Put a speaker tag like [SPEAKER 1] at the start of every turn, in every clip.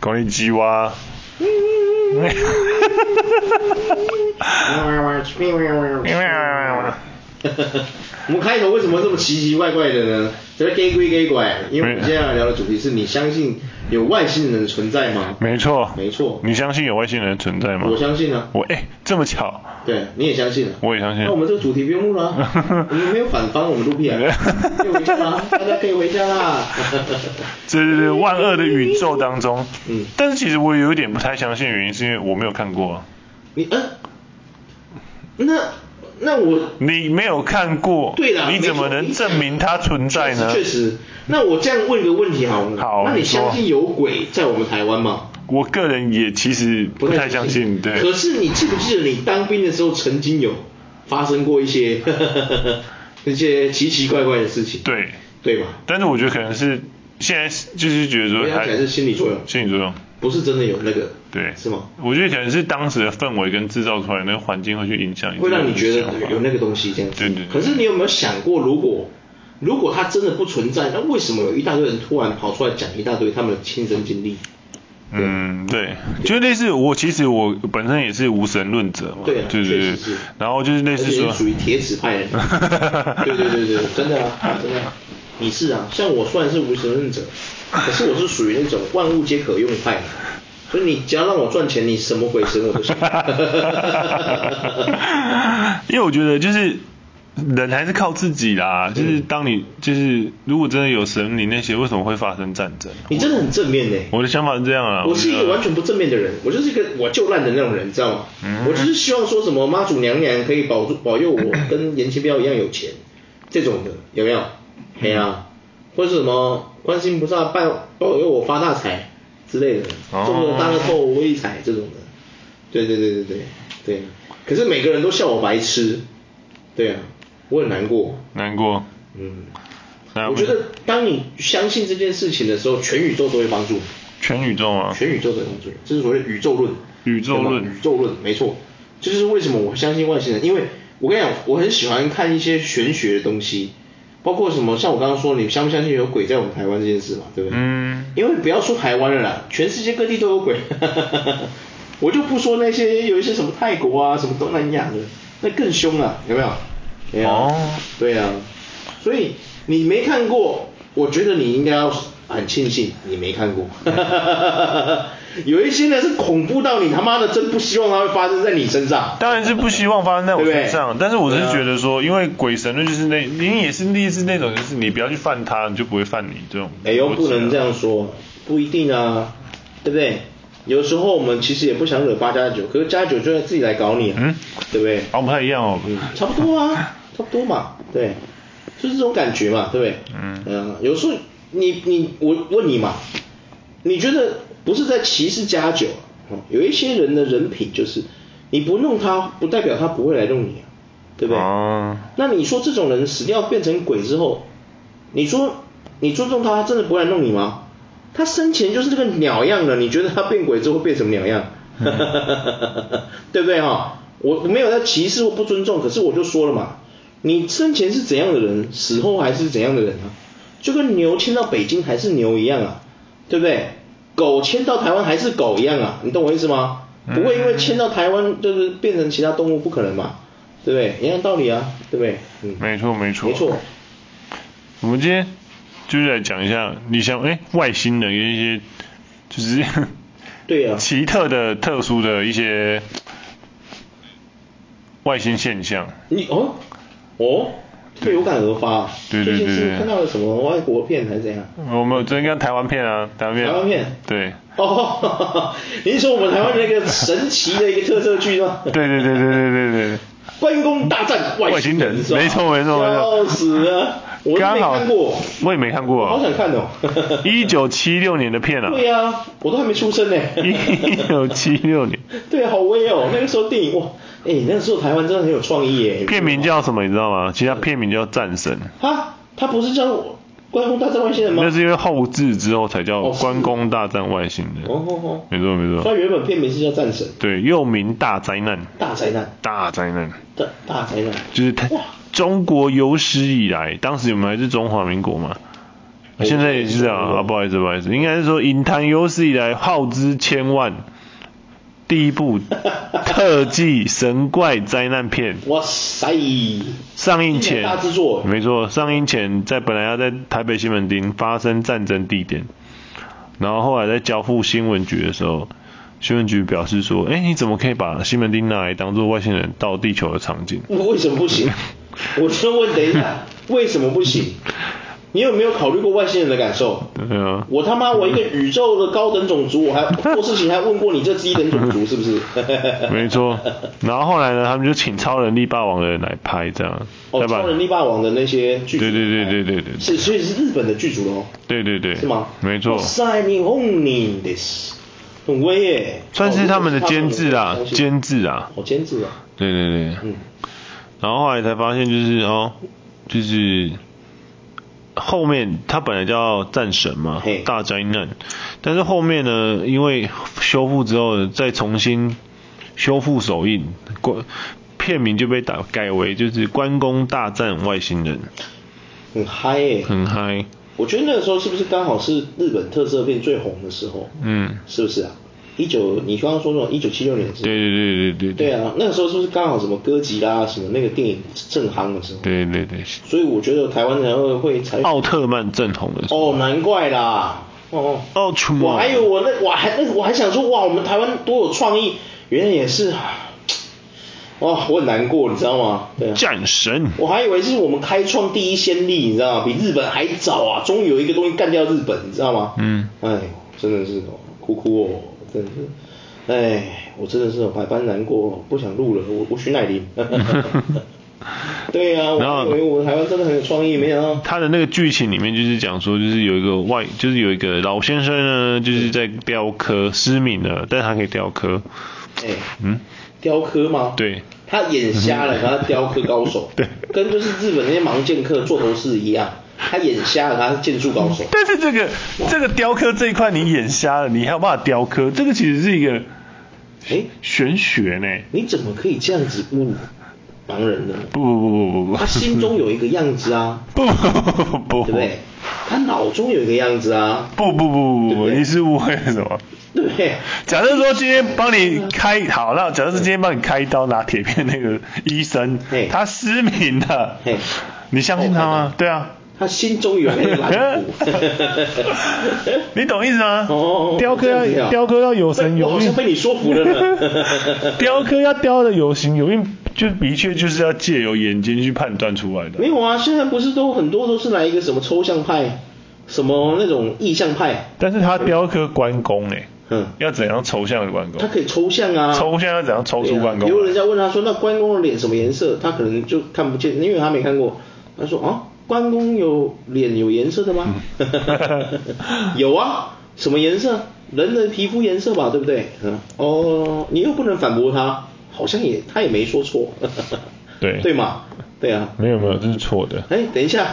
[SPEAKER 1] こんにちは。
[SPEAKER 2] 我们开头为什么这么奇奇怪怪的呢？这边 gay 归 gay 拐，因为我们接下来聊的主题是你相信有外星人的存在吗？
[SPEAKER 1] 没错，
[SPEAKER 2] 没错
[SPEAKER 1] 你相信有外星人存在吗？
[SPEAKER 2] 我相信啊
[SPEAKER 1] 我哎、这么巧，
[SPEAKER 2] 对，你也相信啊？
[SPEAKER 1] 我也相信
[SPEAKER 2] 那我们这个主题不用录 了啊，我们没有反方，我们录屁啊！可以回家啦，大家可以回家啦。
[SPEAKER 1] 这是万恶的宇宙当中。
[SPEAKER 2] 嗯
[SPEAKER 1] 但是其实我有一点不太相信，原因是因为我没有看过啊。
[SPEAKER 2] 你嗯、那那我
[SPEAKER 1] 你没有看过，
[SPEAKER 2] 对啦
[SPEAKER 1] 你怎么能证明它存在呢？
[SPEAKER 2] 确实，那我这样问一个问题好了，
[SPEAKER 1] 好
[SPEAKER 2] 那你
[SPEAKER 1] 你说
[SPEAKER 2] 相信有鬼在我们台湾吗？
[SPEAKER 1] 我个人也其实不太相信，对。
[SPEAKER 2] 可是你记不记得你当兵的时候曾经有发生过一些 一些奇奇怪怪的事情？
[SPEAKER 1] 对，
[SPEAKER 2] 对吧？
[SPEAKER 1] 但是我觉得可能是现在就是觉得
[SPEAKER 2] 我
[SPEAKER 1] 说
[SPEAKER 2] 想
[SPEAKER 1] 还
[SPEAKER 2] 起来是心理作用，
[SPEAKER 1] 心理作用，
[SPEAKER 2] 不是真的有那个，
[SPEAKER 1] 对，
[SPEAKER 2] 是吗？
[SPEAKER 1] 我觉得可能是当时的氛围跟制造出来的那个环境会去影响，
[SPEAKER 2] 会让你觉得
[SPEAKER 1] 想法
[SPEAKER 2] 有那个东西这样子。
[SPEAKER 1] 对对对
[SPEAKER 2] 可是你有没有想过，如果如果它真的不存在，那为什么有一大堆人突然跑出来讲一大堆他们的亲身经历？
[SPEAKER 1] 嗯，对，就类似我其实我本身也是无神论者嘛，
[SPEAKER 2] 对啊
[SPEAKER 1] 对对
[SPEAKER 2] 确实是
[SPEAKER 1] 然后就是类
[SPEAKER 2] 而且
[SPEAKER 1] 似
[SPEAKER 2] 是
[SPEAKER 1] 说，
[SPEAKER 2] 属于 铁齿派的。对对对对，真的啊，真的啊、你是啊，像我虽然是无神论者，可是我是属于那种万物皆可用派的。所以你只要让我赚钱，你什么鬼神我都信。
[SPEAKER 1] 因为我觉得就是人还是靠自己啦，就是当你就是如果真的有神灵那些，为什么会发生战争？
[SPEAKER 2] 你真的很正面呢、
[SPEAKER 1] 我的想法是这样啊，
[SPEAKER 2] 我是一
[SPEAKER 1] 觉
[SPEAKER 2] 个
[SPEAKER 1] 得
[SPEAKER 2] 完全不正面的人，我就是一个我就烂的那种人，你知道吗？
[SPEAKER 1] 嗯
[SPEAKER 2] 我就是希望说什么妈祖娘娘可以保住保佑 我跟严清标一样有钱，这种的有没有？没啊，
[SPEAKER 1] 嗯
[SPEAKER 2] 或者是什么观世音菩萨拜保佑我发大财之类的，
[SPEAKER 1] 哦
[SPEAKER 2] 中了大乐透我一彩这种的。对对对对对对，啊可是每个人都笑我白痴，对啊，我很难过，
[SPEAKER 1] 难过。
[SPEAKER 2] 嗯。
[SPEAKER 1] 那
[SPEAKER 2] 我觉得当你相信这件事情的时候，全宇宙都会帮助你。
[SPEAKER 1] 全宇宙啊，
[SPEAKER 2] 全宇宙的工作人，这是所谓的宇宙论。
[SPEAKER 1] 宇宙论
[SPEAKER 2] 对吧宇宙论，没错。这就是为什么我相信外星人，因为我跟你讲，我很喜欢看一些玄学的东西，包括什么，像我刚刚说，你相不相信有鬼在我们台湾这件事嘛，对不对？
[SPEAKER 1] 嗯
[SPEAKER 2] 因为不要说台湾了啦，全世界各地都有鬼。 我就不说那些有一些什么泰国啊，什么东南亚的，那更凶啊，有没有？对啊，
[SPEAKER 1] 哦
[SPEAKER 2] 对啊。所以你没看过，我觉得你应该要很庆幸你没看 过。有一些呢是恐怖到你他妈的真不希望它会发生在你身上。
[SPEAKER 1] 当然是不希望发生在我身上，
[SPEAKER 2] 对不对啊
[SPEAKER 1] 但是我是
[SPEAKER 2] 对啊
[SPEAKER 1] 觉得说，因为鬼神论就是那，你也是类似那种，就是你不要去犯他，你就不会犯你这种逻辑啊。
[SPEAKER 2] 哎呦，不能这样说，不一定啊，对不对？有时候我们其实也不想惹八加九，可是加九就要自己来搞你啊，
[SPEAKER 1] 嗯
[SPEAKER 2] 对不对？
[SPEAKER 1] 哦，不太一样哦。
[SPEAKER 2] 嗯，差不 多啊，差不多嘛，对，就是这种感觉嘛，对不对？
[SPEAKER 1] 嗯
[SPEAKER 2] 有时候你你我问你嘛，你觉得不是在歧视加九、啊，哦有一些人的人品就是你不弄他，不代表他不会来弄你啊，对不对？
[SPEAKER 1] 哦
[SPEAKER 2] 那你说这种人死掉变成鬼之后，你说你尊重他，他真的不会来弄你吗？他生前就是这个鸟样的，你觉得他变鬼之后会变什么鸟样？ 对不对哈、我我没有在歧视或不尊重，可是我就说了嘛，你生前是怎样的人，死后还是怎样的人啊？就跟牛迁到北京还是牛一样啊，对不对？狗迁到台湾还是狗一样啊，你懂我意思吗？不会因为迁到台湾就是变成其他动物，不可能嘛，对不对？一样道理啊，对不对？嗯，
[SPEAKER 1] 没错没错
[SPEAKER 2] 没错。
[SPEAKER 1] 我们今天就是来讲一下，你想哎，外星人一些就是
[SPEAKER 2] 对啊
[SPEAKER 1] 奇特的、特殊的一些外星现象。
[SPEAKER 2] 你哦哦，特有感而发啊。
[SPEAKER 1] 对对
[SPEAKER 2] 最近
[SPEAKER 1] 对
[SPEAKER 2] 是
[SPEAKER 1] 对
[SPEAKER 2] 看到了什么外国片还是怎样？
[SPEAKER 1] 我们有昨天看台湾片啊，台湾片，
[SPEAKER 2] 台湾片
[SPEAKER 1] 对，
[SPEAKER 2] 哦， 您说我们台湾那个神奇的一个特色剧吗？
[SPEAKER 1] 对对对对对对对。
[SPEAKER 2] 关公大战外
[SPEAKER 1] 外星人
[SPEAKER 2] 是吧
[SPEAKER 1] 没错没错没错
[SPEAKER 2] 笑死了，我都
[SPEAKER 1] 刚
[SPEAKER 2] 没
[SPEAKER 1] 好
[SPEAKER 2] 看过，
[SPEAKER 1] 我也没看过、啊，
[SPEAKER 2] 好想看哦
[SPEAKER 1] 一九七六年的片啊，
[SPEAKER 2] 对呀、我都还没出生呢。
[SPEAKER 1] 一九七六年，
[SPEAKER 2] 对啊，好威哦！那个时候电影哇，哎、那个时候台湾真的很有创意耶。
[SPEAKER 1] 片名叫什么你知道吗？其实它片名叫《战神》，
[SPEAKER 2] 哈，他啊不是叫关公大战外星人吗？
[SPEAKER 1] 那是因为后置之后才叫
[SPEAKER 2] 哦
[SPEAKER 1] 《
[SPEAKER 2] 是
[SPEAKER 1] 关公大战外星人》
[SPEAKER 2] 哦哦
[SPEAKER 1] 没错没
[SPEAKER 2] 哦，所
[SPEAKER 1] 错
[SPEAKER 2] 以，原本片名是叫战神，
[SPEAKER 1] 对，又名大灾难，
[SPEAKER 2] 大灾难，
[SPEAKER 1] 大灾难
[SPEAKER 2] 大大灾难，
[SPEAKER 1] 就是它
[SPEAKER 2] 哇，
[SPEAKER 1] 中国有史以来，当时我们还是中华民国嘛，
[SPEAKER 2] 哦
[SPEAKER 1] 现在也是这样啊，不好意思，不好意思，应该是说影坛有史以来耗资千万，第一 部特技神怪灾难片
[SPEAKER 2] 哇塞，
[SPEAKER 1] 上映
[SPEAKER 2] 一
[SPEAKER 1] 前
[SPEAKER 2] 年大制作，
[SPEAKER 1] 没错，上映前在本来要在台北西门町发生战争地点，然后后来在交付新闻局的时候，新闻局表示说，哎，你怎么可以把西门町拿来当做外星人到地球的场景？
[SPEAKER 2] 为什么不行？我就问，等一下，为什么不行？你有没有考虑过外星人的感受？
[SPEAKER 1] 对啊，
[SPEAKER 2] 我他妈我一个宇宙的高等种族，我还做事情还问过你这低等种族是不是？
[SPEAKER 1] 没错。然后后来呢，他们就请超能力霸王的人来拍这样，
[SPEAKER 2] 哦，
[SPEAKER 1] 对吧
[SPEAKER 2] 超？人力霸王的那些剧组，
[SPEAKER 1] 对对对对对对
[SPEAKER 2] 是所以是日本的剧组喽，
[SPEAKER 1] 对对对，
[SPEAKER 2] 是吗？
[SPEAKER 1] 没错
[SPEAKER 2] 哇，塞，你轰你的是，很威耶，
[SPEAKER 1] 算是他们的
[SPEAKER 2] 哦
[SPEAKER 1] 监制啊，
[SPEAKER 2] 我相信
[SPEAKER 1] 监制啊，
[SPEAKER 2] 哦监制啊，
[SPEAKER 1] 对对对。
[SPEAKER 2] 嗯，
[SPEAKER 1] 然后后来才发现就是哦，就是后面他本来叫战神嘛
[SPEAKER 2] 嘿，
[SPEAKER 1] 大灾难，但是后面呢，因为修复之后再重新修复首映，关片名就被打改为就是关公大战外星人，
[SPEAKER 2] 很嗨耶，
[SPEAKER 1] 很嗨，
[SPEAKER 2] 我觉得那个时候是不是刚好是日本特色片最红的时候？
[SPEAKER 1] 嗯，
[SPEAKER 2] 是不是啊？一九你刚刚说那种一九七六年是？
[SPEAKER 1] 对对对对对
[SPEAKER 2] 对啊，那个时候是不是刚好什么歌吉啦什么那个电影正夯的时候？
[SPEAKER 1] 对对对，
[SPEAKER 2] 所以我觉得台湾人会会才
[SPEAKER 1] 奥特曼正红的时候，
[SPEAKER 2] 哦，难怪啦，哦哦，
[SPEAKER 1] 奥特曼，
[SPEAKER 2] 我还有我那我还那我还想说哇，我们台湾多有创意，原来也是，啊哇，我很难过，你知道吗？对啊。
[SPEAKER 1] 战神，
[SPEAKER 2] 我还以为是我们开创第一先例，你知道吗？比日本还早啊！终于有一个东西干掉日本，你知道吗？
[SPEAKER 1] 嗯
[SPEAKER 2] 哎呦，真的是哦，哭哭哦，真的是，哎，我真的是哦百般难过哦，不想录了，我我徐乃 麟。对呀、啊，我
[SPEAKER 1] 然后
[SPEAKER 2] 还以为我们台湾真的很有创意，没想到。
[SPEAKER 1] 他的那个剧情里面就是讲说，就是有一个外，就是有一个老先生呢，就是在雕刻失明了，但是他可以雕刻，
[SPEAKER 2] 哎，
[SPEAKER 1] 嗯，
[SPEAKER 2] 雕刻吗？
[SPEAKER 1] 对，
[SPEAKER 2] 他眼瞎 了，他是雕刻高手。
[SPEAKER 1] 对
[SPEAKER 2] 跟就是日本那些盲剑客做头饰一样，他眼瞎了，他是剑术高手。
[SPEAKER 1] 但是这个这个雕刻这一块你眼瞎了，你还有办法雕刻，这个其实是一个
[SPEAKER 2] 哎，
[SPEAKER 1] 玄学呢。
[SPEAKER 2] 你怎么可以这样子侮辱盲 人呢？
[SPEAKER 1] 不不不不不
[SPEAKER 2] 他心中有一个样子啊，
[SPEAKER 1] 不 不不不
[SPEAKER 2] 对不对？他脑中有一个样子啊，
[SPEAKER 1] 不不不不不，你是误会了什么？
[SPEAKER 2] 对不对？
[SPEAKER 1] 假设说今天帮你开好，那假设是今天帮你开刀拿铁片那个医生
[SPEAKER 2] 嘿，
[SPEAKER 1] 他失明了
[SPEAKER 2] 嘿，哦
[SPEAKER 1] 你相信他吗？对啊，。
[SPEAKER 2] 他心中有一个蓝骨
[SPEAKER 1] 你懂意思吗
[SPEAKER 2] 哦？
[SPEAKER 1] 雕刻
[SPEAKER 2] 这样子
[SPEAKER 1] 要
[SPEAKER 2] 啊
[SPEAKER 1] 雕刻要有神
[SPEAKER 2] 我
[SPEAKER 1] 有
[SPEAKER 2] 好
[SPEAKER 1] 韵
[SPEAKER 2] 像，被你说服了呢。
[SPEAKER 1] 雕刻要雕的有形有韵，就的确就是要借由眼睛去判断出来的
[SPEAKER 2] 没。有啊，现在不是都很多都是来一个什么抽象派，什么那种意象派，
[SPEAKER 1] 但是他雕刻关公呢，
[SPEAKER 2] 嗯，
[SPEAKER 1] 要怎样抽象的关
[SPEAKER 2] 他
[SPEAKER 1] 公？
[SPEAKER 2] 可以抽象啊。
[SPEAKER 1] 抽象要怎样抽
[SPEAKER 2] 对
[SPEAKER 1] 出
[SPEAKER 2] 啊
[SPEAKER 1] 关公
[SPEAKER 2] 也有
[SPEAKER 1] 来
[SPEAKER 2] 人？家问他说，那关公的脸什么颜色？他可能就看不见，因为他没看过。他说啊，关公有脸有颜色的吗？
[SPEAKER 1] 嗯
[SPEAKER 2] 有啊，什么颜色？人的皮肤颜色吧，对不对？嗯，哦，你又不能反驳他，好像也他也没说错，
[SPEAKER 1] 对
[SPEAKER 2] 对嘛？对啊，
[SPEAKER 1] 没有没有，这是错的。
[SPEAKER 2] 哎，等一下，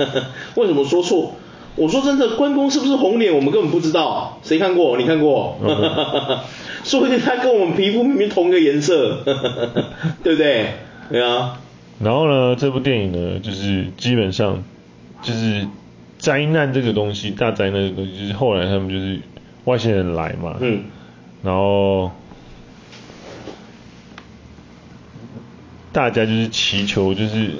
[SPEAKER 2] 为什么说错？我说真的，关公是不是红脸，我们根本不知道、谁看过？你看过？
[SPEAKER 1] 嗯
[SPEAKER 2] 说不定他跟我们皮肤明明同个颜色， 对不对？对啊，
[SPEAKER 1] 然后呢，这部电影呢，就是基本上就是灾难这个东西，大灾难这个东西，就是后来他们就是外星人来嘛，
[SPEAKER 2] 嗯，
[SPEAKER 1] 然后大家就是祈求，就是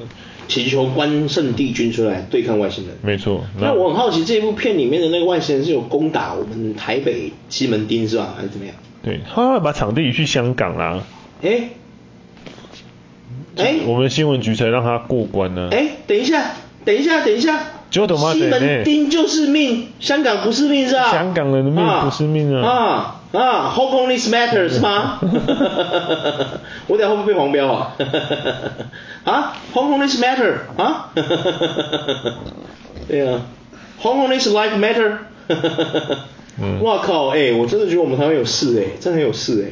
[SPEAKER 2] 祈求关圣帝君出来对抗外星人。
[SPEAKER 1] 没错，
[SPEAKER 2] 那
[SPEAKER 1] 然后
[SPEAKER 2] 我很好奇，这部片里面的那个外星人是有攻打我们台北西门町是吧？还是怎么样？
[SPEAKER 1] 对，后来把场地移去香港啦，
[SPEAKER 2] 哎，哎，
[SPEAKER 1] 我们新闻局才让他过关呢、
[SPEAKER 2] 哎，等一下，等一下，等一下，
[SPEAKER 1] 九斗麻
[SPEAKER 2] 西
[SPEAKER 1] 疹呢
[SPEAKER 2] 门町就是命，香港不是命是吧？
[SPEAKER 1] 香港人的命不是命
[SPEAKER 2] 啊
[SPEAKER 1] 啊！
[SPEAKER 2] 啊啊，Hong Kong is matter 是吗？ 我等下会不会被黄标啊？ 啊，Hong Kong is matter 啊？ 对啊，Hong Kong is life matter
[SPEAKER 1] 嗯
[SPEAKER 2] 哇靠！哎、我真的觉得我们台湾有事哎、真的很有事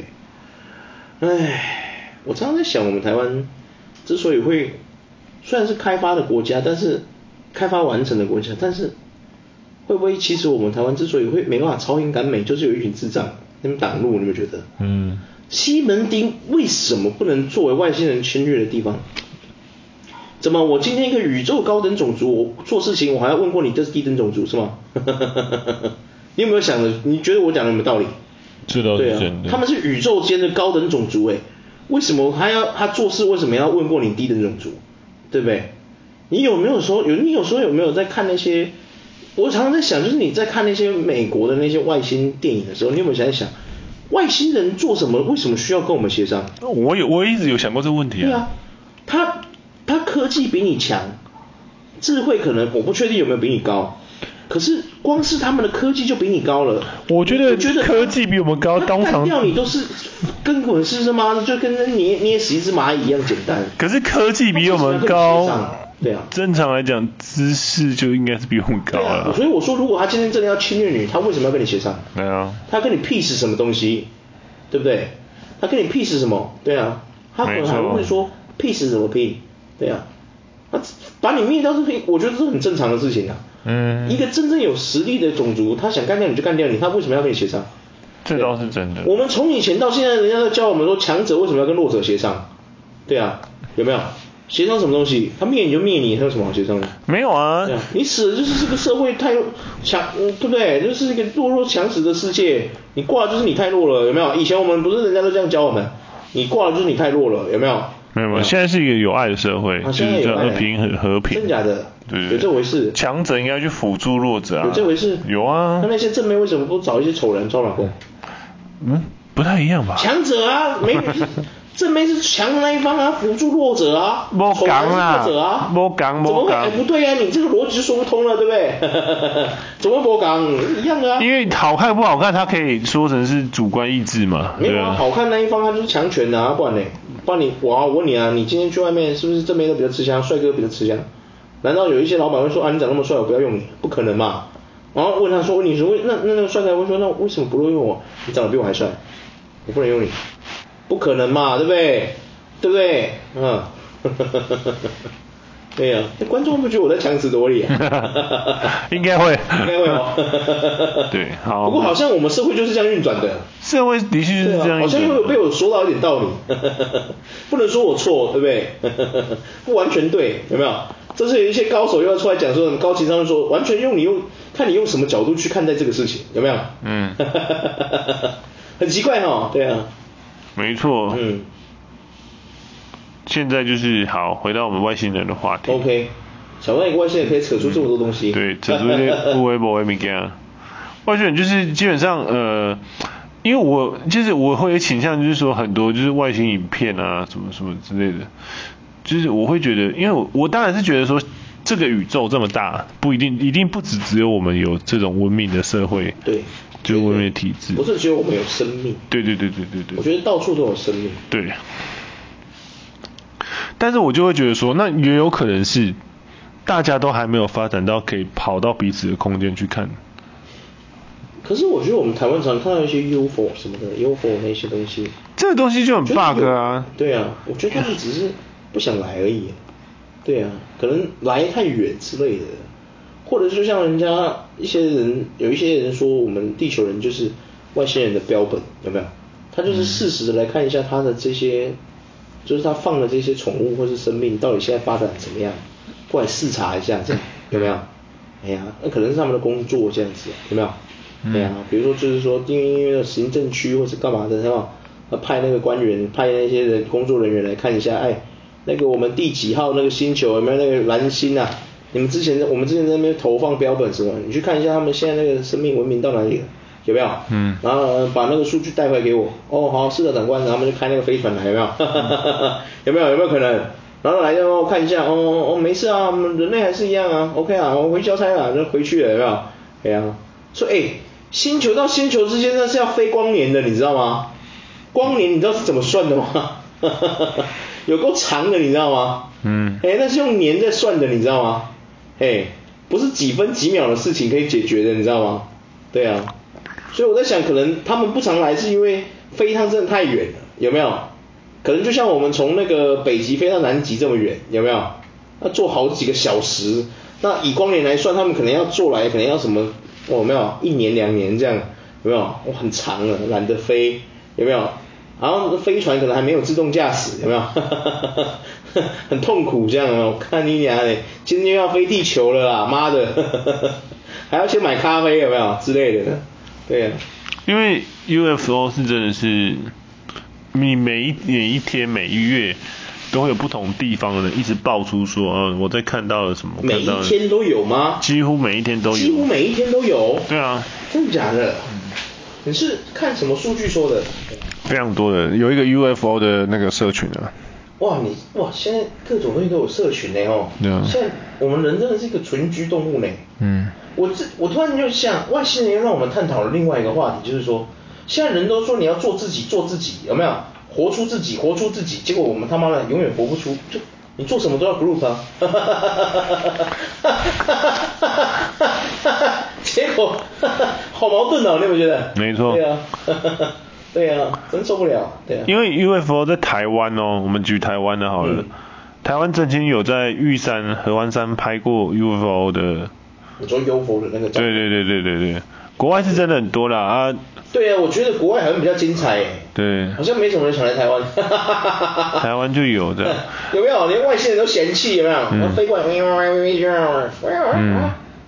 [SPEAKER 2] 哎、哎，我常常在想，我们台湾之所以会虽然是开发的国家，但是开发完成的国家，但是会不会其实我们台湾之所以会没办法超英赶美，就是有一群智障你们挡路，你们觉得？
[SPEAKER 1] 嗯，
[SPEAKER 2] 西门町为什么不能作为外星人侵略的地方？怎么我今天一个宇宙高等种族，我做事情我还要问过你这是低等种族是吗？ 你有没有想的？你觉得我讲的有没有道理？
[SPEAKER 1] 这倒哦
[SPEAKER 2] 对
[SPEAKER 1] 是
[SPEAKER 2] 啊
[SPEAKER 1] 真，的。
[SPEAKER 2] 他们是宇宙间的高等种族哎，为什么他要他做事为什么要问过你低等种族，对不对？你有没有说有你有时候有没有在看那些？我常常在想，就是你在看那些美国的那些外星电影的时候，你有没有想一想，外星人做什么？为什么需要跟我们协商？
[SPEAKER 1] 我有我一直有想过这个问题
[SPEAKER 2] 对啊，他他科技比你强，智慧可能我不确定有没有比你高，可是光是他们的科技就比你高了。
[SPEAKER 1] 我觉得
[SPEAKER 2] 我觉得
[SPEAKER 1] 科技比我们高，
[SPEAKER 2] 他
[SPEAKER 1] 当
[SPEAKER 2] 干
[SPEAKER 1] 场
[SPEAKER 2] 掉你都是跟滚是他妈的，就跟捏捏死一只蚂蚁一样简单。
[SPEAKER 1] 可是科技比我们
[SPEAKER 2] 他为什么要跟你协
[SPEAKER 1] 高
[SPEAKER 2] 商，对啊
[SPEAKER 1] 正常来讲，知识就应该是比我们高
[SPEAKER 2] 对啊，所以我说，如果他今天真的要侵略你，他为什么要跟你协商？
[SPEAKER 1] 对啊，
[SPEAKER 2] 他跟你 peace 什么东西，对不对？他跟你 peace 什么？对啊，他可能还
[SPEAKER 1] 没错
[SPEAKER 2] 会说 peace 怎么 p 对啊，他把你灭掉是可以，我觉得这是很正常的事情啊。
[SPEAKER 1] 嗯
[SPEAKER 2] 一个真正有实力的种族，他想干掉你就干掉你，他为什么要跟你协商？
[SPEAKER 1] 这倒是真的。
[SPEAKER 2] 我们从以前到现在，人家都教我们说，强者为什么要跟弱者协商？对啊，有没有？协商什么东西？他灭你就灭你，他有什么好协商的？
[SPEAKER 1] 没有啊
[SPEAKER 2] 对，啊，你死的就是这个社会太弱强，嗯对不对？就是一个弱肉强食的世界，你挂的就是你太弱了，有没有？以前我们不是人家都这样教我们，你挂的就是你太弱了，有没有？
[SPEAKER 1] 没有没有，现在是一个有爱的社会，
[SPEAKER 2] 啊
[SPEAKER 1] 就
[SPEAKER 2] 现在
[SPEAKER 1] 是
[SPEAKER 2] 有
[SPEAKER 1] 叫
[SPEAKER 2] 爱
[SPEAKER 1] 和
[SPEAKER 2] 了
[SPEAKER 1] 平和和平。
[SPEAKER 2] 真假的？
[SPEAKER 1] 对对对
[SPEAKER 2] 有这回事？
[SPEAKER 1] 强者应该去辅助弱者啊。
[SPEAKER 2] 有这回事？
[SPEAKER 1] 有啊
[SPEAKER 2] 那，那些正妹为什么不找一些丑人装老公？
[SPEAKER 1] 嗯，不太一样吧？
[SPEAKER 2] 强者啊， 美女是正妹是强的那一方啊，辅助弱者啊，
[SPEAKER 1] 没
[SPEAKER 2] 丑
[SPEAKER 1] 讲
[SPEAKER 2] 男
[SPEAKER 1] 啦
[SPEAKER 2] 是弱者啊，
[SPEAKER 1] 没讲
[SPEAKER 2] 怎么
[SPEAKER 1] 没
[SPEAKER 2] 会？
[SPEAKER 1] 讲
[SPEAKER 2] 哎不对啊，你这个逻辑就说不通了，对不对？ 怎么会不讲一样的啊？
[SPEAKER 1] 因为好看不好看，它可以说成是主观意志嘛，
[SPEAKER 2] 没
[SPEAKER 1] 对
[SPEAKER 2] 有啊，
[SPEAKER 1] 啊。
[SPEAKER 2] 好看那一方他就是强权的啊，不然嘞，不然你我啊，我问你啊，你今天去外面是不是正妹都比较吃香，帅哥比较吃香？难道有一些老板会说啊，你长那么帅，我不要用你？不可能嘛。然后问他说，哦你说为那那那个帅哥会说，那为什么不录用我？你长得比我还帅，我不能用你，不可能嘛，对不对？对不对？嗯， 对呀、那观众会不会觉得我在强词夺理啊？
[SPEAKER 1] 应该会
[SPEAKER 2] 应该会哦。
[SPEAKER 1] 对好
[SPEAKER 2] 不过好像我们社会就是这样运转的。
[SPEAKER 1] 社会的确是
[SPEAKER 2] 对
[SPEAKER 1] 这
[SPEAKER 2] 啊，
[SPEAKER 1] 样
[SPEAKER 2] 好
[SPEAKER 1] 一
[SPEAKER 2] 像又有被
[SPEAKER 1] 种。
[SPEAKER 2] 我说到一点道理， 不能说我错，对不对？ 不完全对，有没有？这是有一些高手又要出来讲说，高情商就说，完全用你用看你用什么角度去看待这个事情，有没有？
[SPEAKER 1] 嗯，
[SPEAKER 2] 很奇怪哦，对啊，
[SPEAKER 1] 没错。
[SPEAKER 2] 嗯
[SPEAKER 1] 现在就是好，回到我们外星人的话题。
[SPEAKER 2] ，OK，想不到一个外星人可以扯出这么多东西，
[SPEAKER 1] 对，扯出一些不微不微物 件。外星人就是基本上呃，因为我就是我会有倾向，就是说很多就是外星影片啊，什么什么之类的，就是我会觉得，因为我我当然是觉得说。这个宇宙这么大，不一定一定不只只有我们有这种文明的社会，
[SPEAKER 2] 对
[SPEAKER 1] 就是文明的体制，
[SPEAKER 2] 不是只有我们有生命，
[SPEAKER 1] 对对对对对对，
[SPEAKER 2] 我觉得到处都有生命，
[SPEAKER 1] 对。但是我就会觉得说，那也有可能是大家都还没有发展到可以跑到彼此的空间去看。
[SPEAKER 2] 可是我觉得我们台湾常看到一些 UFO 什么的，UFO 那些东西，
[SPEAKER 1] 这个东西就很 bug 啊。
[SPEAKER 2] 对啊，我觉得他们只是不想来而已。对啊，可能来太远之类的，或者就像人家一些人，有一些人说我们地球人就是外星人的标本，有没有？他
[SPEAKER 1] 嗯
[SPEAKER 2] 就是适时的来看一下他的这些，就是他放的这些宠物或是生命到底现在发展怎么样，过来视察一下，这样有没有？哎呀，那可能是他们的工作这样子，有没有？
[SPEAKER 1] 嗯
[SPEAKER 2] 对啊，比如说就是说，因为因为行政区或是干嘛的，是吧？呃派那个官员，派那些人工作人员来看一下，哎，那个我们第几号那个星球有没有那个蓝星啊？你们之前在我们之前在那边投放标本什么，你去看一下他们现在那个生命文明到哪里了，有没有？
[SPEAKER 1] 嗯
[SPEAKER 2] 然后呃把那个数据带回来给我。哦，好，是的，长官。然后他们就开那个飞船来，有没有？ 有没有？有没有可能？然后来让我看一下，哦哦，哦没事啊，我们人类还是一样啊，OK 啊，我回去交差了，就回去了，有没有？哎呀、说哎，星球到星球之间那是要飞光年的，你知道吗？光年你知道是怎么算的吗？ 有够长的，你知道吗？
[SPEAKER 1] 嗯
[SPEAKER 2] 哎，那是用年在算的，你知道吗？哎，不是几分几秒的事情可以解决的，你知道吗？对啊，所以我在想，可能他们不常来是因为飞一趟真的太远了，有没有？可能就像我们从那个北极飞到南极这么远，有没有？要坐好几个小时，那以光年来算，他们可能要坐来，可能要什么？啊哦，有没有一年两年这样，有没有？哇，很长了，懒得飞，有没有？然后飞船可能还没有自动驾驶，有没有？ 很痛苦这样有没有？我看你娘嘞，今天又要飞地球了啦，妈的， 还要先买咖啡有没有之类的？对啊，
[SPEAKER 1] 因为 UFO 是真的是，你每一每一天每一月都会有不同地方的人一直爆出说，嗯、我在看到了什么，
[SPEAKER 2] 每
[SPEAKER 1] 看
[SPEAKER 2] 一
[SPEAKER 1] 到了
[SPEAKER 2] 天都有吗？
[SPEAKER 1] 几乎每一天都有，
[SPEAKER 2] 几乎每一天都有，
[SPEAKER 1] 对啊，
[SPEAKER 2] 真的假的？你是看什么数据说的？
[SPEAKER 3] 非常多的，有一个 UFO 的那个社群啊，
[SPEAKER 2] 哇，你哇，现在各种东西都有社群呢哦。
[SPEAKER 3] 对啊
[SPEAKER 2] 现在我们人真的是一个群居动物呢。
[SPEAKER 3] 嗯，
[SPEAKER 2] 我这我突然就想，外星人让我们探讨了另外一个话题，就是说，现在人都说你要做自己，做自己，有没有？活出自己，活出自己，结果我们他妈的永远活不出，就你做什么都要 group 啊， 结果好矛盾哦，你有没有觉得？
[SPEAKER 1] 没错
[SPEAKER 2] 对啊，对啊，真受不了，对啊。
[SPEAKER 1] 因为 UFO 在台湾哦，我们举台湾的好了，
[SPEAKER 2] 嗯
[SPEAKER 1] 台湾曾经有在玉山、合欢山拍过 UFO 的，
[SPEAKER 2] 你说 UFO 的那个照片
[SPEAKER 1] 对对对对对对，国外是真的很多啦啊，
[SPEAKER 2] 对啊，我觉得国外好像比较精彩耶，
[SPEAKER 1] 对，
[SPEAKER 2] 好像没什么人想来台湾。
[SPEAKER 1] 台湾就有 的，
[SPEAKER 2] 有没有？连外星人都嫌弃，有没有？我飞过来，嗯，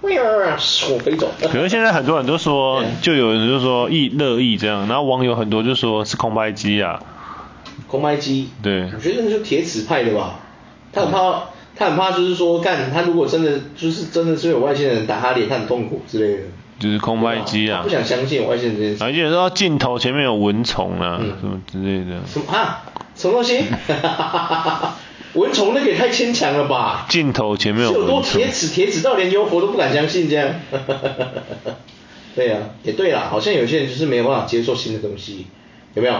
[SPEAKER 2] 我飞走。
[SPEAKER 1] 可是现在很多人都说
[SPEAKER 2] 对，
[SPEAKER 1] 就有人就说意乐意这样，然后网友很多就说是空拍机啊，
[SPEAKER 2] 空拍机，
[SPEAKER 1] 对嗯
[SPEAKER 2] 我觉得那是铁齿派的吧。他很怕，他很怕，就是说，干他如果真的就是真的是有外星人打他脸，他很痛苦之类的。
[SPEAKER 1] 就是空拍机
[SPEAKER 2] 他
[SPEAKER 1] 啊
[SPEAKER 2] 不，想相信有外星人这件事
[SPEAKER 1] 然后有人说镜头前面有蚊虫啊、
[SPEAKER 2] 嗯
[SPEAKER 1] 什么之类的，
[SPEAKER 2] 什么啊？什么东西？ 蚊虫那个也太牵强了吧？
[SPEAKER 1] 镜头前面
[SPEAKER 2] 是
[SPEAKER 1] 有嗯
[SPEAKER 2] 有多
[SPEAKER 1] 蚊虫
[SPEAKER 2] 铁，齿铁齿到连幽佛都不敢相信这样。 对啊，也对啦，好像有些人就是没有办法接受新的东西，有没有？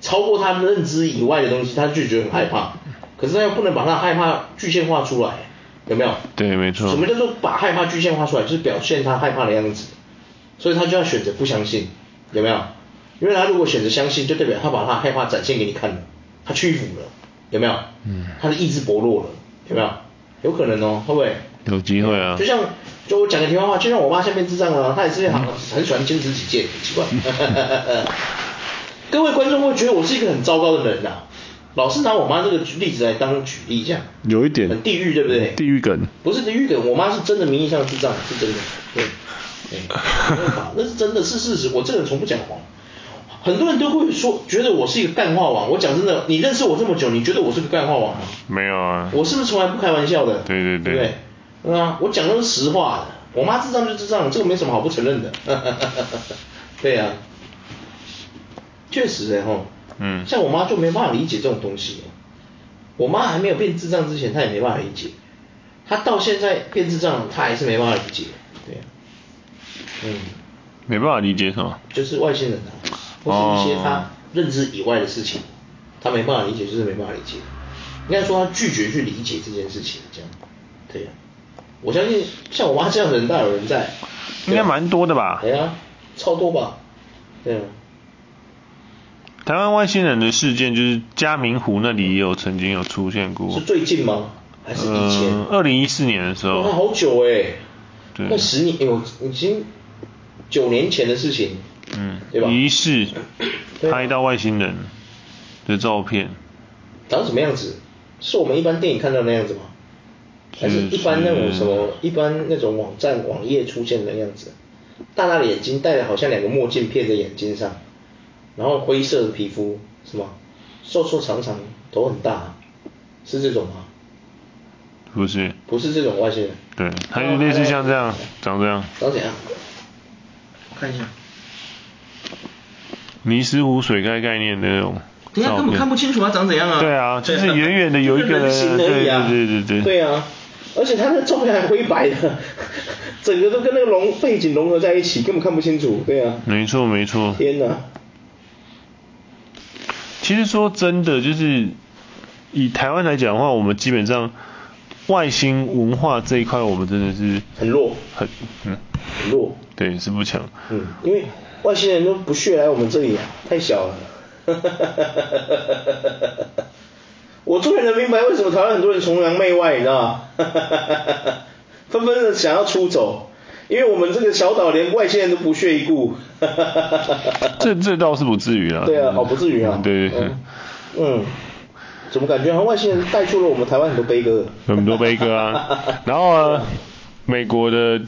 [SPEAKER 2] 超过他认知以外的东西，他就觉得很害怕。可是他又不能把他害怕具现化出来，有没有？
[SPEAKER 1] 对，没错
[SPEAKER 2] 什，么叫做把害怕具现化出来？就是表现他害怕的样子，所以他就要选择不相信，有没有？因为他如果选择相信，就代表他把他害怕展现给你看了，他屈服了，有没有？嗯，他的意志薄弱了，有没有？有可能哦，会不会？
[SPEAKER 1] 有机会啊
[SPEAKER 2] 就，像就我讲个题外话，就像我妈现在变智障了，她也是很很喜欢坚持己见，很奇怪。 各位观众会觉得我是一个很糟糕的人呐、啊老是拿我妈这个例子来当举例，这样
[SPEAKER 3] 有一点
[SPEAKER 2] 很地狱，对不对？
[SPEAKER 3] 地狱梗，
[SPEAKER 2] 不是地狱梗，我妈是真的名义上智障，是真的，对，对，没 办法，那是真的是事实，我这个人从不讲谎。很多人都会说，觉得我是一个干话王。我讲真的，你认识我这么久，你觉得我是个干话王吗？
[SPEAKER 1] 没有啊，
[SPEAKER 2] 我是不是从来不开玩笑的？
[SPEAKER 1] 对对对
[SPEAKER 2] 对不对，嗯啊，我讲的都是实话的。我妈智障就智障，这个没什么好不承认的。 对呀、啊，确实哎吼，
[SPEAKER 1] 嗯
[SPEAKER 2] 像我妈就没办法理解这种东西。我妈还没有变智障之前，她也没办法理解，她到现在变智障了，她还是没办法理解。对呀、嗯，
[SPEAKER 1] 没办法理解什么，
[SPEAKER 2] 就是外星人啊，或是一些
[SPEAKER 1] 哦
[SPEAKER 2] 她认知以外的事情，她没办法理解，就是没办法理解。应该说她拒绝去理解这件事情，这样，对呀、啊我相信像我妈这样的人，大有人在，
[SPEAKER 1] 应该蛮多的吧
[SPEAKER 2] 哎？呀，超多吧，对啊，
[SPEAKER 1] 台湾外星人的事件就是嘉明湖那里也有曾经有出现过，
[SPEAKER 2] 是最近吗？还是以前？
[SPEAKER 1] 呃，二零一四年的时
[SPEAKER 2] 哇，
[SPEAKER 1] 候，
[SPEAKER 2] 好久哎，
[SPEAKER 1] 对
[SPEAKER 2] 快十年，哎呦，已经九年前的事情，
[SPEAKER 1] 嗯
[SPEAKER 2] 对吧？，
[SPEAKER 1] 疑似
[SPEAKER 2] 对啊
[SPEAKER 1] 拍到外星人的照片，
[SPEAKER 2] 长什么样子？是我们一般电影看到的那样子吗？还是一般那种什么，一般那种网站网页出现的样子？大大的眼睛，戴的好像两个墨镜片在眼睛上，然后灰色的皮肤是吗？瘦瘦长长，头很大，是这种吗？
[SPEAKER 1] 不是？
[SPEAKER 2] 不是这种外星人，
[SPEAKER 1] 对，它就类似像这样，长这样。
[SPEAKER 2] 长怎样？我看一下，
[SPEAKER 1] 尼斯湖水盖概念的那种
[SPEAKER 2] 等一下
[SPEAKER 1] 照
[SPEAKER 2] 啊根本
[SPEAKER 1] 片
[SPEAKER 2] 看不清楚他长怎样啊。
[SPEAKER 1] 对啊就是远远地有一个人
[SPEAKER 2] 人形而已啊。
[SPEAKER 1] 对对对对
[SPEAKER 2] 对啊，而且他的照片还灰白的， 整个都跟那个融背景融合在一起，根本看不清楚。对啊。
[SPEAKER 1] 没错没错。
[SPEAKER 2] 天哪！
[SPEAKER 1] 其实说真的，就是以台湾来讲的话，我们基本上外星文化这一块，我们真的是
[SPEAKER 2] 很弱，
[SPEAKER 1] 很嗯，
[SPEAKER 2] 很弱。
[SPEAKER 1] 对，是不强。
[SPEAKER 2] 嗯，因为外星人都不屑来我们这里啊，太小了。 我终于能明白为什 么台湾很多人崇洋媚外，你知道吗？纷纷的想要出走，因为我们这个小岛连外星人都不屑一顾。
[SPEAKER 1] 这这倒是不至于啦。
[SPEAKER 2] 对啊，好不至于啊。
[SPEAKER 1] 嗯对，
[SPEAKER 2] 嗯，嗯怎么感觉好像外星人带出了我们台湾很多悲歌？
[SPEAKER 1] 有很多悲歌 啊。然后啊，美国的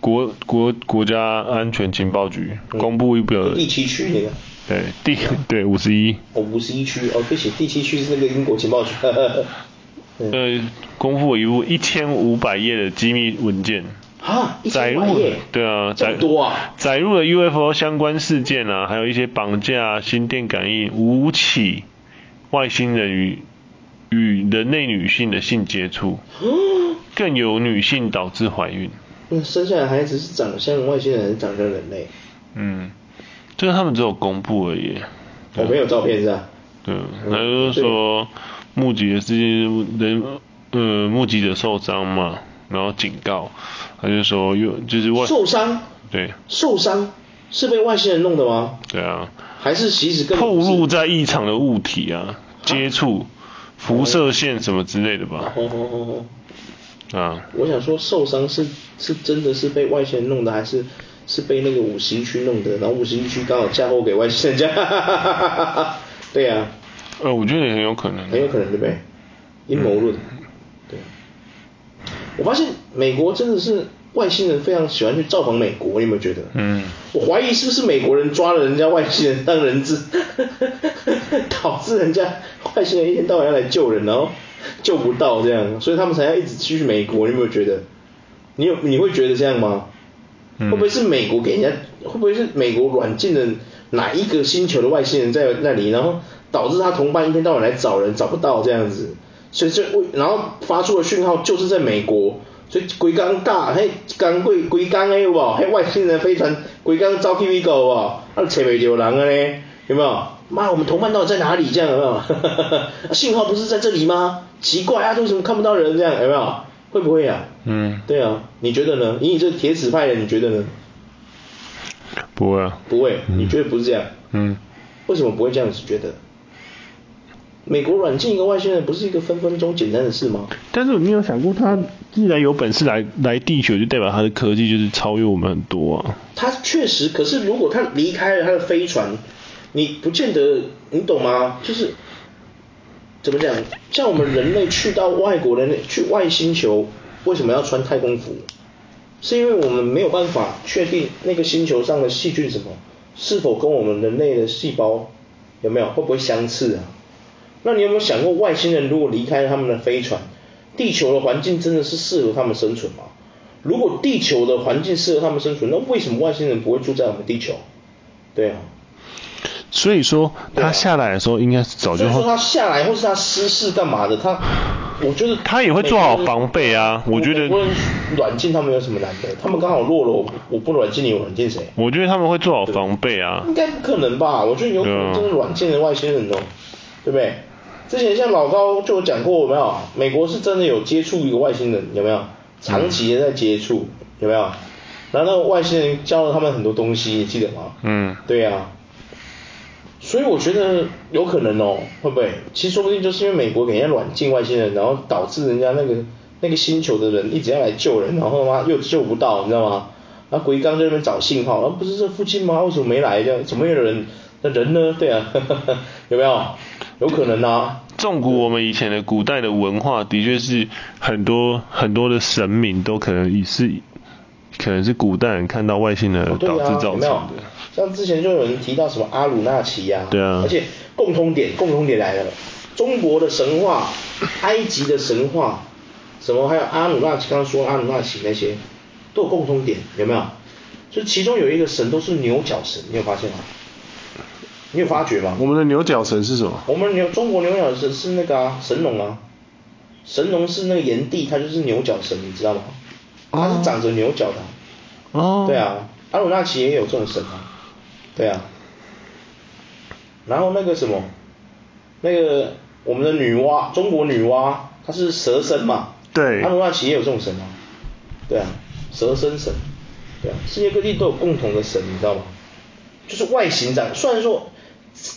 [SPEAKER 1] 国国国家安全情报局
[SPEAKER 2] 嗯
[SPEAKER 1] 公布一个，
[SPEAKER 2] 第七区那个，
[SPEAKER 1] 对第对五十一，
[SPEAKER 2] 哦，五十一区，哦，对不起，第七区是那个英国情报局。 嗯
[SPEAKER 1] 呃，公布了一部一千五百页的机密文件，
[SPEAKER 2] 啊，一
[SPEAKER 1] 载
[SPEAKER 2] 千
[SPEAKER 1] 入了
[SPEAKER 2] 页，
[SPEAKER 1] 对啊，
[SPEAKER 2] 这
[SPEAKER 1] 载
[SPEAKER 2] 么多啊！
[SPEAKER 1] 载入了 UFO 相关事件啊，还有一些绑架、啊、心电感应、五起外星人与与人类女性的性接触，更有女性导致怀孕。
[SPEAKER 2] 哦那生下来的孩子是长得像外星人，还是长得像人类？
[SPEAKER 1] 嗯，这个他们只有公布而已。
[SPEAKER 2] 我、没有照片是吧？
[SPEAKER 1] 对，他就说目击的是人，呃，目击者受伤嘛，然后警告，他就说又就是外
[SPEAKER 2] 受伤，
[SPEAKER 1] 对
[SPEAKER 2] 受伤是被外星人弄的吗？
[SPEAKER 1] 对啊，
[SPEAKER 2] 还是其实根本
[SPEAKER 1] 暴
[SPEAKER 2] 不是
[SPEAKER 1] 露在异常的物体啊，接触、辐射线什么之类的吧，
[SPEAKER 2] 哦哦哦哦，
[SPEAKER 1] 啊，
[SPEAKER 2] 我想说受伤是是真的是被外星人弄的，还是是被那个五十一区弄的？然后五十一区刚好嫁祸给外星人家， 对呀、啊，
[SPEAKER 1] 呃，我觉得也很有可能，
[SPEAKER 2] 很有可能对不对？阴谋论，对。我发现美国真的是外星人非常喜欢去造访美国，你有没有觉得？
[SPEAKER 1] 嗯，
[SPEAKER 2] 我怀疑是不是美国人抓了人家外星人当人质，导致人家外星人一天到晚要来救人，然后救不到这样，所以他们才要一直去美国。你有没有觉得？你有你会觉得这样吗？
[SPEAKER 1] 嗯
[SPEAKER 2] 会不会是美国给人家？会不会是美国软禁的哪一个星球的外星人在那里，然后导致他同伴一天到晚来找人，找不到这样子，所以这为然后发出的讯号就是在美国，所以规刚尬，嘿，刚会规刚诶，有无？嘿，外星人飞船规刚走去美国有无？那找袂着人啊呢，有没有？妈，我们同伴到底在哪里？这样有没有？啊信号不是在这里吗？奇怪啊，为什么看不到人？这样有没有？会不会啊？
[SPEAKER 1] 嗯，
[SPEAKER 2] 对啊，你觉得呢？以你这铁齿派的，你觉得呢？
[SPEAKER 1] 不会啊，
[SPEAKER 2] 不会，你觉得不是这样？
[SPEAKER 1] 嗯，
[SPEAKER 2] 为什么不会这样子觉得？美国软禁一个外星人，不是一个分分钟简单的事吗？
[SPEAKER 1] 但是你有想过，他既然有本事来来地球，就代表他的科技就是超越我们很多啊，
[SPEAKER 2] 他确实，可是如果他离开了他的飞船，你不见得，你懂吗？就是怎么讲，像我们人类去到外国人类去外星球，为什么要穿太空服？是因为我们没有办法确定那个星球上的细菌什么是否跟我们人类的细胞有没有会不会相似啊？那你有没有想过，外星人如果离开他们的飞船，地球的环境真的是适合他们生存吗？如果地球的环境适合他们生存，那为什么外星人不会住在我们地球？对啊，
[SPEAKER 1] 所以说
[SPEAKER 2] 对啊
[SPEAKER 1] 他下来的时候，应该是早
[SPEAKER 2] 所
[SPEAKER 1] 就
[SPEAKER 2] 以说他下来或是他失事干嘛的，他我觉得
[SPEAKER 1] 他也会做好防备啊
[SPEAKER 2] 美国
[SPEAKER 1] 我觉得
[SPEAKER 2] 美国人软禁他们有什么难的？他们刚好落了，我我不软禁你，我软禁谁？
[SPEAKER 1] 我觉得他们会做好防备啊
[SPEAKER 2] 应，该不可能吧？我觉得有可能
[SPEAKER 1] 对啊
[SPEAKER 2] 真的软禁了外星人哦，对不对？之前像老高就有讲过，有没有？美国是真的有接触一个外星人，有没有？长期的在接触，有没有？然后那个外星人教了他们很多东西，你记得吗？
[SPEAKER 1] 嗯，
[SPEAKER 2] 对呀、所以我觉得有可能哦，会不会？其实说不定就是因为美国给人家软禁外星人，然后导致人家那个那个星球的人一直要来救人，然后他妈又救不到，你知道吗？然后鬼刚在那边找信号，啊然后不是这附近吗？为什么没来？这样怎么有人？那人呢？对啊， 有没有？有可能啊。
[SPEAKER 1] 纵古我们以前的古代的文化，的确是很多很多的神明都可能也是，可能是古代人看到外星人而
[SPEAKER 2] 对
[SPEAKER 1] 导致
[SPEAKER 2] 啊，有
[SPEAKER 1] 造成
[SPEAKER 2] 没有
[SPEAKER 1] 的。？
[SPEAKER 2] 像之前就有人提到什么阿鲁纳奇呀、
[SPEAKER 1] 对啊
[SPEAKER 2] 而且共通点，共通点来了，中国的神话、埃及的神话，什么还有阿努纳奇，刚刚说阿努纳奇那些，都有共通点，有没有？就其中有一个神都是牛角神，你有发现吗？你有发觉吗？
[SPEAKER 3] 我们的牛角神是什么？
[SPEAKER 2] 我们牛中国牛角神是那个啊，神农啊，神农是那个炎帝，他就是牛角神，你知道吗？他是长着牛角的啊、
[SPEAKER 1] 哦，
[SPEAKER 2] 对，啊，阿鲁纳奇也有这种神啊，对啊。然后那个什么，那个我们的女娲，中国女娲，她是蛇身嘛，
[SPEAKER 1] 对
[SPEAKER 2] 阿鲁纳奇也有这种神啊，对啊，蛇身神，对啊，世界各地都有共同的神，你知道吗？就是外形长，虽然说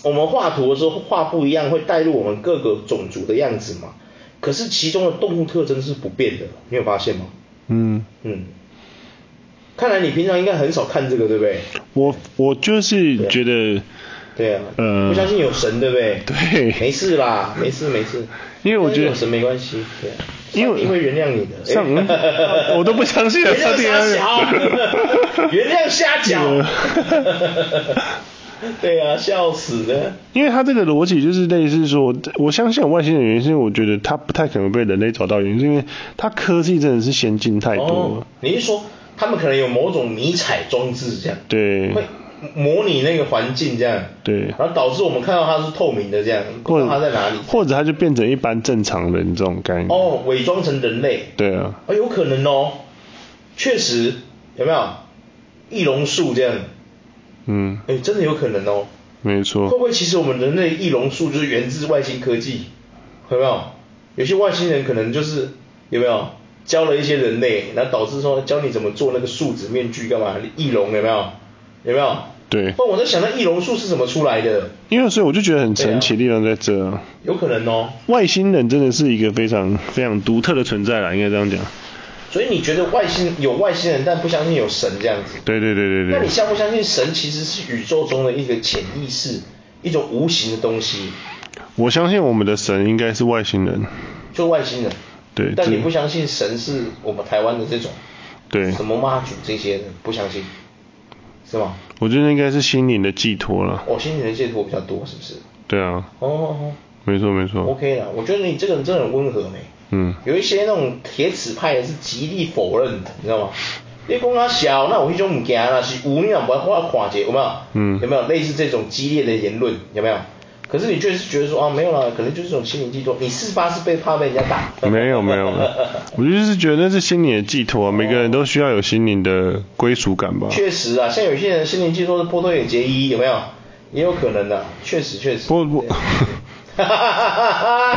[SPEAKER 2] 我们画图的时候画不一样，会带入我们各个种族的样子嘛，可是其中的动物特征是不变的，你有发现吗？
[SPEAKER 1] 嗯，
[SPEAKER 2] 嗯，看来你平常应该很少看这个，对不对？
[SPEAKER 1] 我我就是觉得，
[SPEAKER 2] 对啊，
[SPEAKER 1] 呃
[SPEAKER 2] 不相信有神，对不对？
[SPEAKER 1] 对
[SPEAKER 2] 没事啦，没事没事。
[SPEAKER 1] 因为我觉得
[SPEAKER 2] 有神没关系，对啊，
[SPEAKER 1] 因为
[SPEAKER 2] 上帝会原谅你的。
[SPEAKER 1] 上
[SPEAKER 2] 哎
[SPEAKER 1] 嗯我都不相信了
[SPEAKER 2] 原谅
[SPEAKER 1] 上帝啊
[SPEAKER 2] 瞎 小，原谅瞎讲。 对啊，笑死了。
[SPEAKER 1] 因为他这个逻辑就是类似说，我相信有外星人，原因是因为我觉得他不太可能被人类找到，原因是因为他科技真的是先进太多了。
[SPEAKER 2] 哦，你是说他们可能有某种迷彩装置这样？
[SPEAKER 1] 对
[SPEAKER 2] 会模拟那个环境这样。
[SPEAKER 1] 对
[SPEAKER 2] 然后导致我们看到它是透明的这样，不
[SPEAKER 1] 或
[SPEAKER 2] 知
[SPEAKER 1] 者
[SPEAKER 2] 道它在哪里。
[SPEAKER 1] 或者他就变成一般正常人这种概念。
[SPEAKER 2] 哦，伪装成人类。
[SPEAKER 1] 对啊，
[SPEAKER 2] 啊，有可能哦，确实有没有翼龙术这样？
[SPEAKER 1] 嗯，
[SPEAKER 2] 哎，真的有可能哦。
[SPEAKER 1] 没
[SPEAKER 2] 会不
[SPEAKER 1] 错，
[SPEAKER 2] 会其实我们人类翼龙术就是源自外星科技？有没有？有些外星人可能就是有没有教了一些人类，然后导致说教你怎么做那个树脂面具干嘛？翼龙有没有？有没有？
[SPEAKER 1] 对
[SPEAKER 2] 不，然我在想那翼龙术是怎么出来的？
[SPEAKER 1] 因为所以我就觉得很神奇的地方在这啊，
[SPEAKER 2] 有可能哦。
[SPEAKER 1] 外星人真的是一个非常非常独特的存在啦，应该这样讲。
[SPEAKER 2] 所以你觉得外星有外星人，但不相信有神这样子？
[SPEAKER 1] 对对对对
[SPEAKER 2] 那
[SPEAKER 1] 对，
[SPEAKER 2] 你相不相信神其实是宇宙中的一个潜意识，一种无形的东西，
[SPEAKER 1] 我相信我们的神应该是外星人，
[SPEAKER 2] 就外星人？
[SPEAKER 1] 对
[SPEAKER 2] 但
[SPEAKER 1] 这
[SPEAKER 2] 你不相信神是我们台湾的这种
[SPEAKER 1] 对，
[SPEAKER 2] 什么妈祖这些的，不相信，是哦吗？
[SPEAKER 1] 我觉得应该是心灵的寄托啦。
[SPEAKER 2] 我心里的寄托比较多，是不是？
[SPEAKER 1] 对啊，
[SPEAKER 2] 哦哦
[SPEAKER 1] 没错没
[SPEAKER 2] 哦
[SPEAKER 1] 错，
[SPEAKER 2] ，OK 了。我觉得你这个人真的很温和呢。
[SPEAKER 1] 嗯
[SPEAKER 2] 有一些那种铁齿派的是极力否认的，你知道吗？你讲他小，那有一种物件啦，是有你若不我看者，有没有？
[SPEAKER 1] 嗯
[SPEAKER 2] 有没有类似这种激烈的言论？有没有？可是你就是觉得说啊，没有啦，可能就是这种心灵寄托。你四八是被怕被人家打？
[SPEAKER 1] 没有没有， 我就是觉得那是心灵的寄托啊，每个人都需要有心灵的归属感吧。
[SPEAKER 2] 确实啊，像有些人心灵寄托是波多野结衣，有没有？也有可能的、确实确实。
[SPEAKER 1] 不 不
[SPEAKER 2] 哈哈哈哈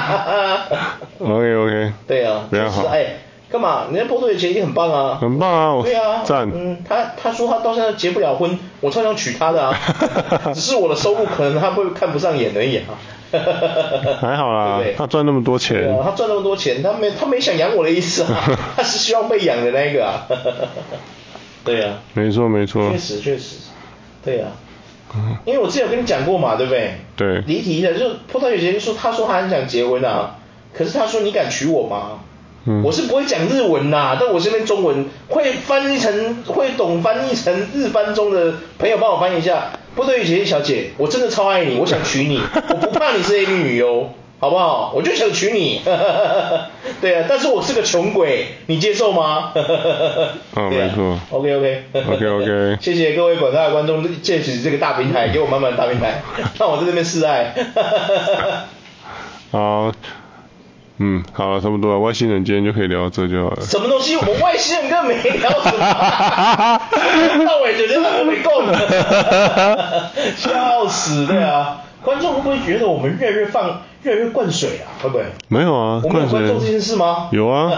[SPEAKER 2] 哈！
[SPEAKER 1] ，OK OK，
[SPEAKER 2] 对啊，
[SPEAKER 1] 非常好
[SPEAKER 2] 就是哎，干嘛？人家波多野结衣很棒啊，
[SPEAKER 1] 很棒啊，我
[SPEAKER 2] 对啊，
[SPEAKER 1] 赞，
[SPEAKER 2] 嗯，他他说他到现在结不了婚，我照样娶她 的啊，只是我的收入可能他会看不上眼而已啊。
[SPEAKER 1] 还好啦
[SPEAKER 2] 对不对，
[SPEAKER 1] 他赚那么多钱
[SPEAKER 2] 对啊，他赚那么多钱，他没他没想养我的意思 啊，他是希望被养的那一个啊。 对啊，
[SPEAKER 1] 没错没错嗯
[SPEAKER 2] 确，实确实，对啊。因为我之前有跟你讲过嘛，对不对？
[SPEAKER 1] 对
[SPEAKER 2] 离题了，就是波特有些人说，他说他很想结婚啊，可是他说你敢娶我吗？
[SPEAKER 1] 嗯
[SPEAKER 2] 我是不会讲日文呐、但我这边中文会翻译成会懂翻译成日翻中的朋友帮我翻译一下。波特雨杰小姐，我真的超爱你，我想娶 你，我不怕你是 A 女女优，好不好？我就想娶你， 对啊，但是我是个穷鬼，你接受吗？ 嗯
[SPEAKER 1] 哦没错
[SPEAKER 2] OK OK
[SPEAKER 1] OK，OK
[SPEAKER 2] 谢谢各位广大的观众借取这个大平台，给我满满的大平台，让我在这边示爱。
[SPEAKER 1] 好，嗯，好了，差不多了，外星人今天就可以聊到这就好了。
[SPEAKER 2] 什么东西？我们外星人更没聊什么， 那我也觉得我没够，笑死对啊！观众会不会觉得我们越来越放越来越灌水啊？会不会？
[SPEAKER 1] 没有啊，
[SPEAKER 2] 我们有关注这件事吗？
[SPEAKER 1] 有啊，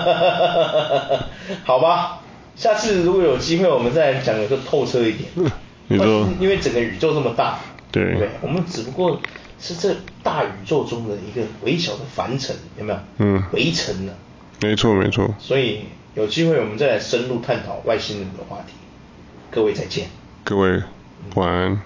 [SPEAKER 2] 好吧，下次如果有机会，我们再讲的更透彻一点。
[SPEAKER 1] 你说
[SPEAKER 2] 因为整个宇宙这么大，
[SPEAKER 1] 对
[SPEAKER 2] 不对，我们只不过是这大宇宙中的一个微小的凡尘，有没有？
[SPEAKER 1] 嗯
[SPEAKER 2] 微尘呢、啊
[SPEAKER 1] 没错没错，
[SPEAKER 2] 所以有机会我们再来深入探讨外星人的话题。各位再见。
[SPEAKER 1] 各位晚安。